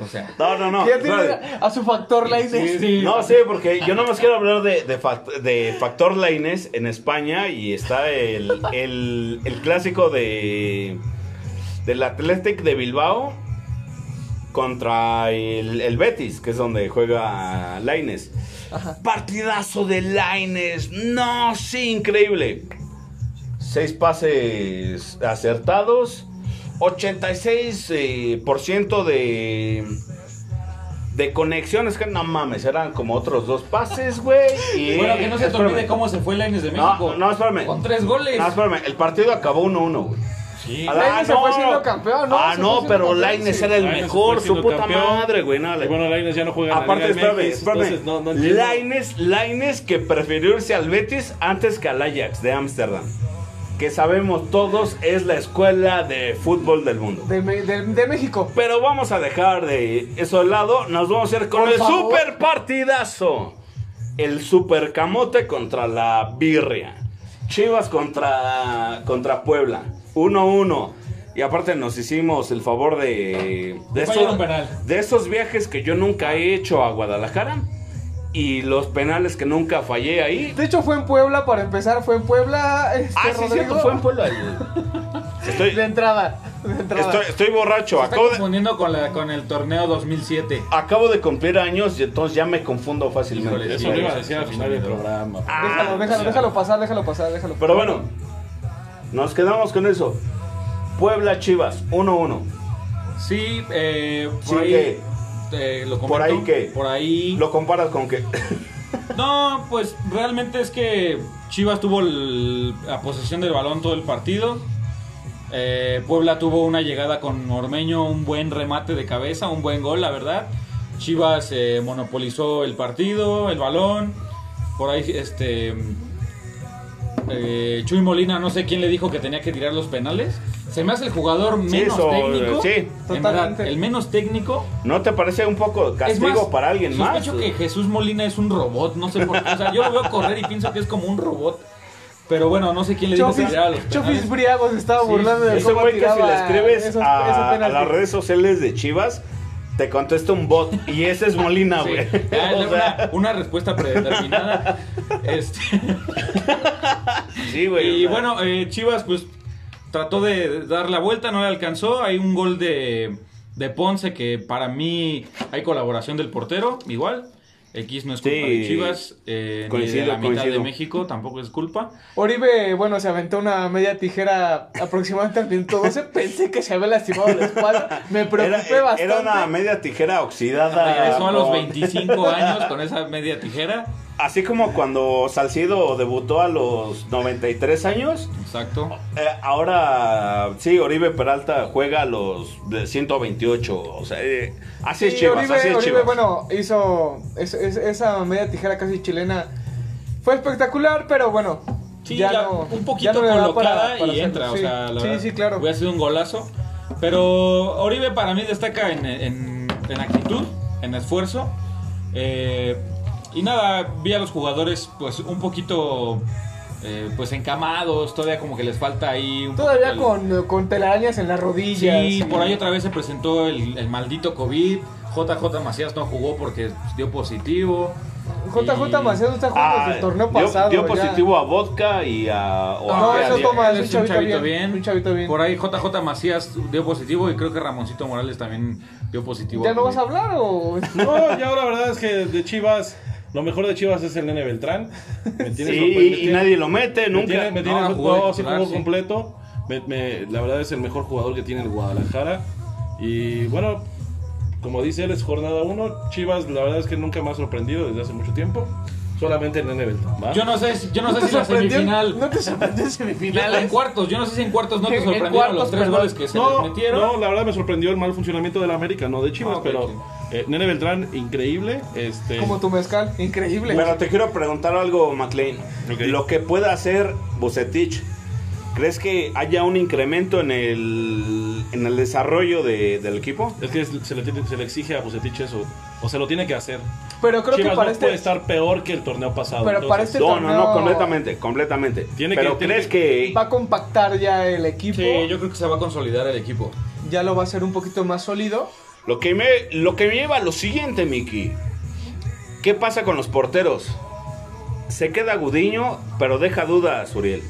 O sea, No, no, no. Ya tiene Espérate. a su factor la sí, sí. No, sí, porque yo nomás quiero hablar de, de, fact- de Factor Lainez en España y está el, el, el clásico de del Athletic de Bilbao contra el, el Betis, que es donde juega Lainez. Partidazo de Lainez, no, sí, increíble. Seis pases acertados, 86% eh, por ciento de... De conexiones que no mames, eran como otros dos pases, güey. y- Bueno, que no se te Espérame. olvide cómo se fue Laines de México. No, no, espérame. Con tres goles. No, espérame, el partido acabó 1-1, güey. Sí. Ah, Lainez se fue siendo campeón, ¿no? Ah, Se fue no, siendo pero campeón, Lainez sí. era el Lainez mejor, fue su siendo puta campeón. madre, güey. No, Y la- bueno, Lainez ya no juega en Aparte, la Liga espérame, MX, espérame. entonces no, no entiendo. Lainez, Lainez que prefirió irse al Betis antes que al Ajax de Ámsterdam. Que sabemos todos es la escuela de fútbol del mundo. De, Me- de- de México. Pero vamos a dejar de eso de lado. Nos vamos a ir con Por el favor. super partidazo el Super Camote contra la Birria. Chivas contra, contra Puebla. 1-1. Y aparte nos hicimos el favor de, de, Vayan un esos, penal. de esos viajes que yo nunca he hecho a Guadalajara y los penales que nunca fallé ahí. De hecho, fue en Puebla, para empezar, fue en Puebla. Este, Ah, sí, Rodrigo. cierto, fue en Puebla. Estoy, De entrada. De entrada. estoy, estoy borracho. Está Acabo de, confundiendo con, la, con el torneo 2007. acabo de cumplir años y entonces ya me confundo fácilmente. Eso lo iba a decir al final del programa. Déjalo, déjalo, déjalo pasar, déjalo pasar, déjalo Ah. Pero bueno, nos quedamos con eso. Puebla Chivas, 1-1. Sí, eh, por Sí, ahí. ¿qué? eh, lo ¿Por comento. ahí qué? Por ahí. Lo comparas con que. No, pues realmente es que Chivas tuvo el- la posesión del balón todo el partido. Eh, Puebla tuvo una llegada con Ormeño, un buen remate de cabeza, un buen gol, la verdad. Chivas eh, monopolizó el partido, el balón. Por ahí, este. eh, Chuy Molina, no sé quién le dijo que tenía que tirar los penales. Se me hace el jugador menos eso, eh, técnico. sí. En verdad, Totalmente. el menos técnico ¿No te parece un poco castigo es más, para alguien más? sospecho que Jesús Molina es un robot, no sé por qué. O sea, yo lo veo correr y pienso que es como un robot. Pero bueno, no sé quién le dijo que Chofis, tirara los Chofis penales. Briagos estaba Sí, burlando de Ese cómo Este güey que si tiraba le escribes esos- a, esos a las penaltis. redes sociales de Chivas, te contesta un bot. Y ese es Molina, Sí. güey. Ah, O era sea, una, una respuesta predeterminada. Este, sí, güey. o y sea, bueno, eh, Chivas pues trató de dar la vuelta, no le alcanzó. Hay un gol de, de Ponce que para mí hay colaboración del portero, igual. X no es culpa Sí. de Chivas, eh, ni Coincido, de la mitad de coincido. México tampoco es culpa. Oribe, bueno, se aventó una media tijera aproximadamente al minuto 12. Pensé que se había lastimado la espalda. Me Era, preocupé bastante. era una media tijera oxidada. Ah, Regresó a los con- 25 años con esa media tijera. Así como cuando Salcido debutó a los 93 años, Exacto. eh, ahora sí, Oribe Peralta juega a los de 128. O sea, eh, así es Sí, Chivas, Oribe, así es Oribe, Chivas. bueno, hizo es- es- esa media tijera casi chilena. Fue espectacular, pero bueno. Sí, ya la- no- un ya poquito no le da colocada para- para y hacerlo. entra. Sí, o sea, la sí, verdad, sí, claro. Hubiera sido un golazo. Pero Oribe para mí destaca en, en- en actitud, en esfuerzo. Eh, y nada, vi a los jugadores pues un poquito eh, pues encamados, todavía como que les falta ahí un Todavía poquito el- con, con telarañas en las rodillas. Sí, y- por ahí otra vez se presentó el, el maldito COVID. JJ Macías no jugó porque dio positivo. JJ Y- Macías no está jugando Ah, desde el torneo dio- pasado. dio, ya. positivo a vodka y a. Oh, o No, a- eso a- toma- Él es un chavito bien, un chavito bien. Por ahí JJ Macías dio positivo y creo que Ramoncito Morales también dio positivo. ¿Ya no vas a COVID. hablar o.? No, ya la verdad es que de Chivas, lo mejor de Chivas es el Nene Beltrán. Me tiene sorprendido. Sí, y nadie lo mete, Me nunca. tiene, No, me tiene- jugó de no, sí titular, jugó sí. completo. Me- me- la verdad es el mejor jugador que tiene el Guadalajara. Y bueno, como dice él, es jornada 1. Chivas, la verdad es que nunca me ha sorprendido desde hace mucho tiempo. Solamente el Nene Beltrán. ¿va? Yo no sé, si- yo no sé te si la sorprendió? semifinal. ¿No te sorprendió la- en semifinales? en cuartos, yo no sé si en cuartos no En- te en sorprendieron cuartos, los tres perdón. goles que se no, les metieron. no, la verdad me sorprendió el mal funcionamiento del América, no de Chivas, Ah, ok, pero sí. eh, Nene Beltrán, increíble. Este, Como tu mezcal, increíble. Pero te quiero preguntar algo, McLean. Ok. Lo que pueda hacer Bucetich, ¿crees que haya un incremento en el, en el desarrollo de- del equipo? Es que se le, tiene- se le exige a Bucetich eso, o se lo tiene que hacer. Pero creo Chivas que para no este. puede estar peor que el torneo pasado. Pero para entonces- este No, no, no, torneo completamente, completamente. Tiene que- Pero tiene crees que... Va a compactar ya el equipo. Sí, yo creo que se va a consolidar el equipo. Ya lo va a hacer un poquito más sólido. Lo que me, lo que me lleva a lo siguiente, Miki. ¿Qué pasa con los porteros? Se queda Gudiño, pero deja dudas, Uriel.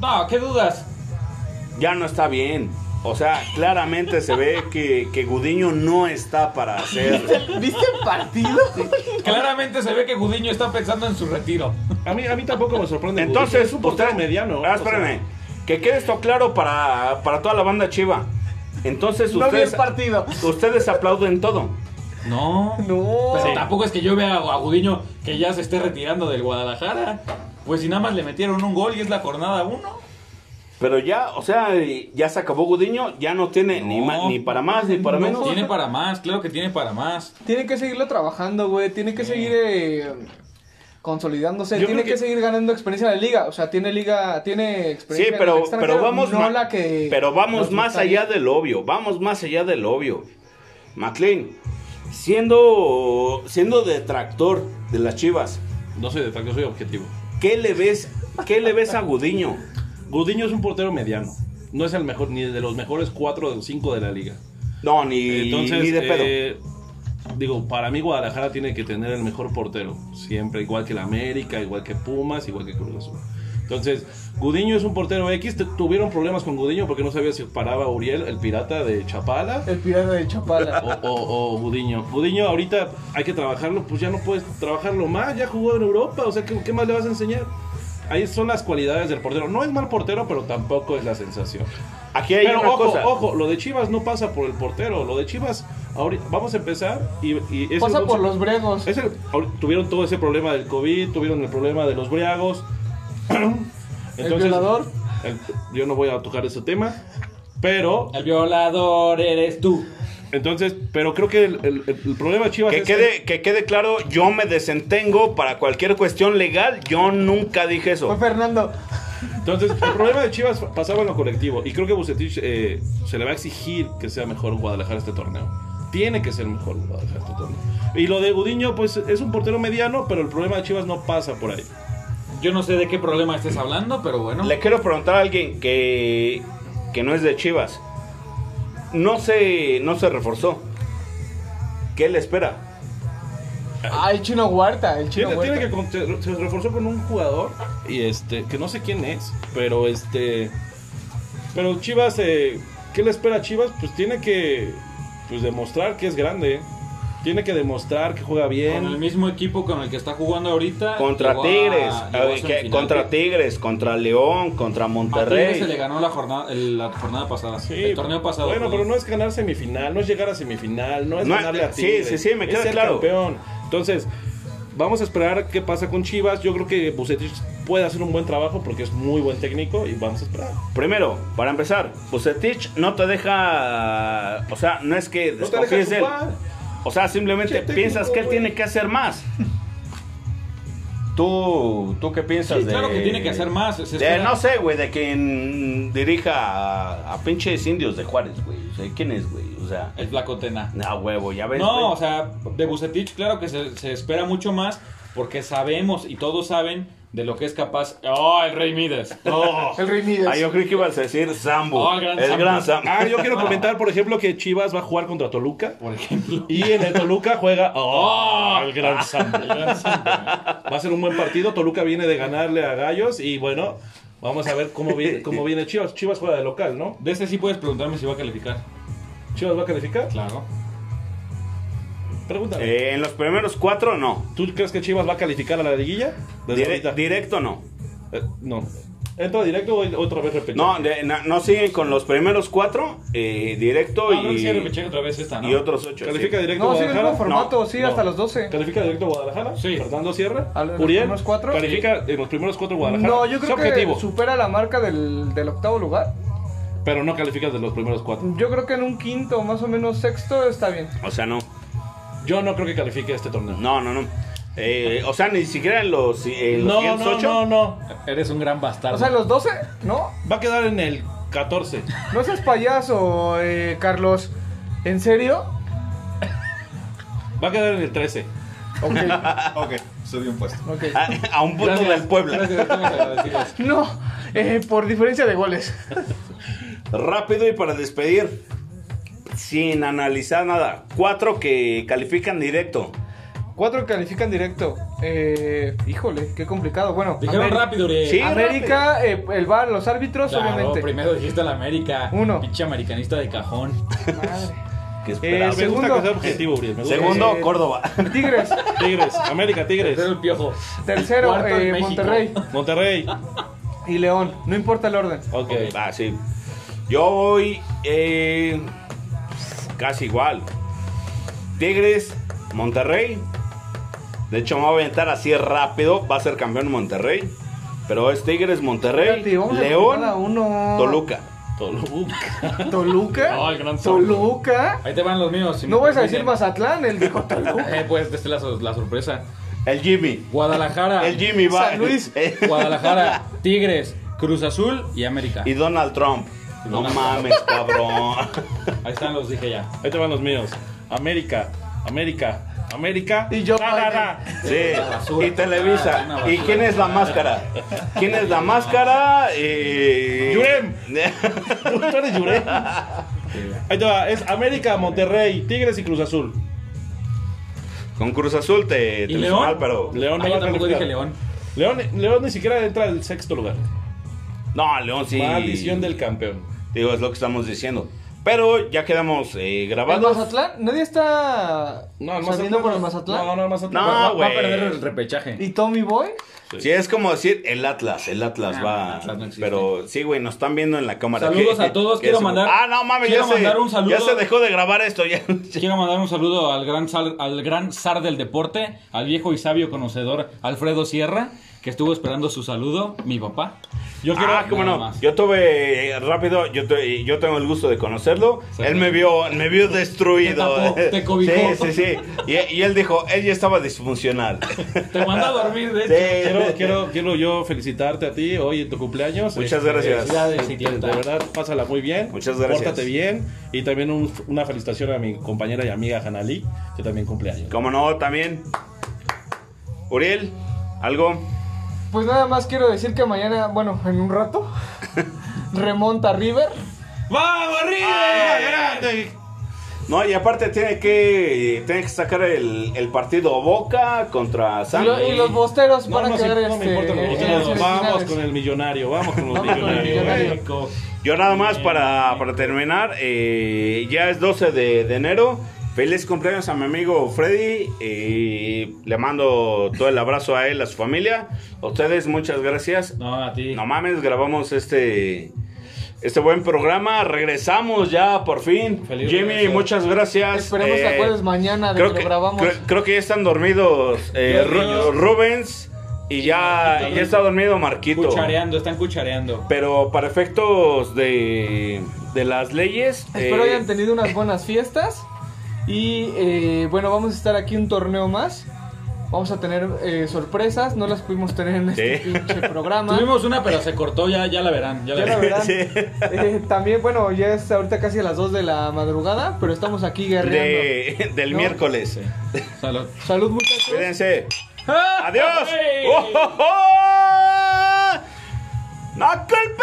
No, qué dudas. Ya no está bien. O sea, claramente se ve que, que Gudiño no está para hacer... ¿Viste el partido? Claramente se ve que Gudiño está pensando en su retiro. A mí, a mí tampoco me sorprende. Entonces, es un portero usted- mediano. Ah, o sea, espérame. que quede esto claro para, para toda la banda chiva. Entonces, No vi el ustedes, partido. ustedes aplauden todo. No. No. Pero tampoco es que yo vea a Gudiño que ya se esté retirando del Guadalajara. Pues si nada más le metieron un gol y es la jornada 1. Pero ya, o sea, ya se acabó Gudiño, ya no tiene ni, No. ma- ni para más ni para No. menos. Tiene para más, claro que tiene para más. Tiene que seguirlo trabajando, güey. Tiene que seguir eh, consolidándose. Yo tiene creo que... que- seguir ganando experiencia en la liga. O sea, tiene liga, tiene Sí, experiencia. en el pero, extranjero, pero vamos, no ma- la que pero vamos nos más gustaría. allá del obvio, vamos más allá del obvio. McLean, siendo, siendo detractor de las Chivas, No soy detractor, soy objetivo. ¿Qué le ves, qué le ves a Gudiño? Gudiño es un portero mediano. No es el mejor, ni de los mejores 4 o 5 de la liga. No, ni, Entonces, ni de pedo. eh, digo, para mí Guadalajara tiene que tener el mejor portero. Siempre, igual que el América, igual que Pumas, igual que Cruz Azul. Entonces, Gudiño es un portero X. tu- Tuvieron problemas con Gudiño porque no sabía si paraba Uriel, el pirata de Chapala. El pirata de Chapala. O, o, o Gudiño. Gudiño ahorita hay que trabajarlo, pues ya no puedes trabajarlo más, ya jugó en Europa, o sea, ¿qué, qué más le vas a enseñar? Ahí son las cualidades del portero. No es mal portero, pero tampoco es la sensación. Aquí hay Pero una ojo, cosa. ojo, lo de Chivas no pasa por el portero. Lo de Chivas, ahorita, vamos a empezar y, y es el Pasa por once- los bregos. es el- ahor- tuvieron todo ese problema del COVID, tuvieron el problema de los briagos. El violador. el- yo no voy a tocar ese tema, pero El violador eres tú. entonces, pero creo que el, el- el problema de Chivas Que pues, es quede, que quede claro, yo me desentengo para cualquier cuestión legal. Yo nunca dije Fue eso. Fernando. Entonces, el problema de Chivas pasaba en lo colectivo. Y creo que Bucetich eh, se le va a exigir que sea mejor Guadalajara este torneo. Tiene que ser mejor Guadalajara este torneo. Y lo de Gudiño, pues es un portero mediano, pero el problema de Chivas no pasa por ahí. Yo no sé de qué problema estés hablando, pero bueno. Le quiero preguntar a alguien que, que no es de Chivas. No se, no se reforzó. ¿Qué le espera? Ah, el chino Huerta. El chino Tiene, tiene que Huerta. con- se, se reforzó con un jugador y este que no sé quién es, pero este pero Chivas eh, ¿qué le espera a Chivas? Pues tiene que pues demostrar que es grande. Tiene que demostrar que juega bien. Con el mismo equipo con el que está jugando ahorita. Contra Ah, llegó a- Tigres, llegó a eh, que- semifinal. contra Tigres, contra León, contra A Tigres se le Monterrey. ganó la jornada, el- la jornada pasada. Sí, el torneo pasado. Bueno, perdón. pero no es ganar semifinal, no es llegar a semifinal, no es No, ganarle a sí, Tigres. sí, sí, me queda es ser claro. campeón. Entonces, vamos a esperar qué pasa con Chivas. Yo creo que Bucetich puede hacer un buen trabajo porque es muy buen técnico y vamos a esperar. Primero, para empezar, Bucetich no te deja. O sea, no es que No te dejes desconfíes de él. jugar. O sea, simplemente Che, técnico, piensas que él güey. tiene que hacer más. ¿Tú, tú qué piensas Sí, de.? claro que tiene que hacer más, se de- espera. no sé, güey, de quien dirija a, a pinches indios de Juárez, güey. O sea, ¿quién es, güey? O sea, El Flacotena. a huevo, ya ves. pues, güey. No, o sea, de Bucetich, claro que se, se espera mucho más porque sabemos y todos saben de lo que es capaz. ¡Oh, el Rey Midas! ¡Oh! El Rey Midas. Ah, yo creí que ibas a decir Sambo. Oh, el gran el Sambo. gran Sambo. Ah, yo quiero comentar, por ejemplo, que Chivas va a jugar contra Toluca. Por ejemplo. Y en el Toluca juega ¡Oh! al gran Sambo. Va a ser un buen partido. Toluca viene de ganarle a Gallos y bueno, vamos a ver cómo viene, cómo viene Chivas. Chivas juega de local, ¿no? De este sí puedes preguntarme si va a calificar. ¿Chivas va a calificar? Claro. Pregúntame. Eh, en los primeros cuatro, no. ¿Tú crees que Chivas va a calificar a la liguilla? Desde Dire- ahorita. directo, no. Eh, no. ¿Entra directo o otra vez repetido? No, de- na- no siguen con los primeros cuatro, eh, directo Ah, no, y, sí, repeché otra vez esta, ¿no? y otros ocho. ¿Califica sí. directo No, sigue el Guadalajara? mismo formato, No, sí, no. hasta los 12. ¿Califica directo Guadalajara? Sí. Fernando Sierra. ¿A los Uriel. primeros cuatro? ¿Califica en los primeros cuatro Guadalajara? No, yo creo Es objetivo, que supera la marca del, del octavo lugar. pero no califica de los primeros cuatro. Yo creo que en un quinto, más o menos sexto, está bien. O sea, no. Yo no creo que califique este torneo. No, no, no. Eh, o sea, ni siquiera en los, en los no, siguientes no, ocho. no, no. Eres un gran bastardo. O sea, los 12, ¿no? Va a quedar en el 14. No seas payaso, eh, Carlos. ¿En serio? Va a quedar en el 13. Ok, Ok, subí un puesto. ok. A, a un punto del Puebla. Gracias, estamos agradecidos. No, eh, por diferencia de goles. Rápido y para despedir. Sin analizar nada. Cuatro que califican directo. Cuatro califican directo. Eh, híjole, qué complicado. Bueno, Dijeron Ameri- rápido, Uriel. Sí, América, eh, el bar, los árbitros, Claro, obviamente. primero dijiste a la América. Uno. Pinche americanista de cajón. Madre. Que Me esperaba. Eh, segundo. gusta que sea objetivo, Uriel. me gusta. Segundo, Eh, Córdoba. Tigres, Tigres. América, Tigres. Tercero el piojo. tercero, Cuarto, el eh, México. Monterrey Monterrey. y León. No importa el orden. Ok. Ah, sí. Yo voy eh, casi igual. Tigres, Monterrey. De hecho, me voy a aventar así rápido. Va a ser campeón Monterrey. Pero es Tigres, Monterrey, Espérate, vamos a cada León, uno. Toluca. Toluca. Toluca. No, el gran sol. Toluca. Ahí te van los míos. si No me vas a decir permiten. Mazatlán, él dijo Toluca. Eh, pues, esta es la, sor- la sorpresa. El Jimmy. Guadalajara. El Jimmy va. San Luis. Guadalajara, Tigres, Cruz Azul y América. y Donald Trump. No Donald mames, cabrón. Ahí están los dije ya. Ahí te van los míos. América, América, América. Y yo, ra, ra, ra. Sí, basura. y Televisa. Una basura. ¿Y quién es la máscara? ¿Quién es la máscara? Eh... Yurem. Tú eres Yurem. Ahí te va, es América, Monterrey, Tigres y Cruz Azul. Con Cruz Azul te, te ¿Y hizo León? mal, pero... León no Ah, va yo a tampoco dije calificar. León. León, León ni siquiera entra al sexto lugar. No, León sí. Maldición del campeón. Digo, es lo que estamos diciendo. Pero ya quedamos eh, ¿El grabados. Mazatlán? ¿Nadie está saliendo por el Mazatlán? No, no, el Mazatlán. No, Va- va- güey. Va a perder el repechaje. ¿Y Tommy Boy? Sí, es como decir el Atlas, el Atlas Ah, va. el Atlas no existe. pero sí, güey, nos están viendo en la cámara. Saludos ¿Qué- a todos, qué quiero es? mandar- Ah, no mames, quiero ya, se, mandar un saludo. ya se dejó de grabar esto. Ya. Quiero mandar un saludo al gran, sal- al gran zar del deporte, al viejo y sabio conocedor Alfredo Sierra, que estuvo esperando su saludo, mi papá. Yo quiero. ah, cómo nada no. más. Yo tuve eh, rápido, yo, te- yo tengo el gusto de conocerlo. Él me vio, me vio destruido. Te tapó, te cobijó. Sí, sí, sí. Y, y él dijo, él ya estaba disfuncional. Te mandó a dormir, de hecho. Quiero, Sí. quiero, quiero yo felicitarte a ti hoy en tu cumpleaños. eh. Muchas Este, gracias. Felicidades, de- idiota. De verdad, pásala muy bien. Muchas gracias. Pórtate bien. Y también un- una felicitación a mi compañera y amiga Hanali, que también cumpleaños. Como no, también. Uriel, algo. Pues nada más quiero decir que mañana, bueno, en un rato, remonta River. ¡Vamos, No, y aparte tiene que, tiene que sacar el, el partido Boca contra Y, lo- Santos. y los bosteros No, van no, a sí, quedar no este, me importa los en bosteros. las Vamos semifinales. con el millonario, vamos con los eh, Vamos con el millonarios. millonario. Yo nada más para, para terminar, eh, ya es 12 de, de enero. Feliz cumpleaños a mi amigo Freddy. eh, le mando todo el abrazo a él, a su familia. A ustedes, muchas gracias. No, a ti. No mames, grabamos este, este buen programa. Regresamos ya, por fin. Feliz Jimmy, regreso. muchas gracias. Esperemos Eh, te acuerdes mañana de que, lo Ah, grabamos. creo- creo que ya están dormidos eh, Ru- Dormidos. Rubens y ya, Marquito. ya está dormido Marquito. Cuchareando, están cuchareando. Pero para efectos de, de las leyes. Ah, Espero eh, hayan tenido unas buenas fiestas. Y eh, bueno, vamos a estar aquí un torneo más. Vamos a tener eh, sorpresas. No las pudimos tener en este Sí. pinche programa. Tuvimos una, pero se cortó, ya, ya la verán. Ya la Ya la verán. verán. Sí. Eh, también, bueno, ya es ahorita casi a las 2 de la madrugada, pero estamos aquí guerreando. de- del No. miércoles. Salud. Salud, muchachos. ¡Ah! Cuídense. ¡Adiós! ¡Oh, oh, oh! ¡No culpes!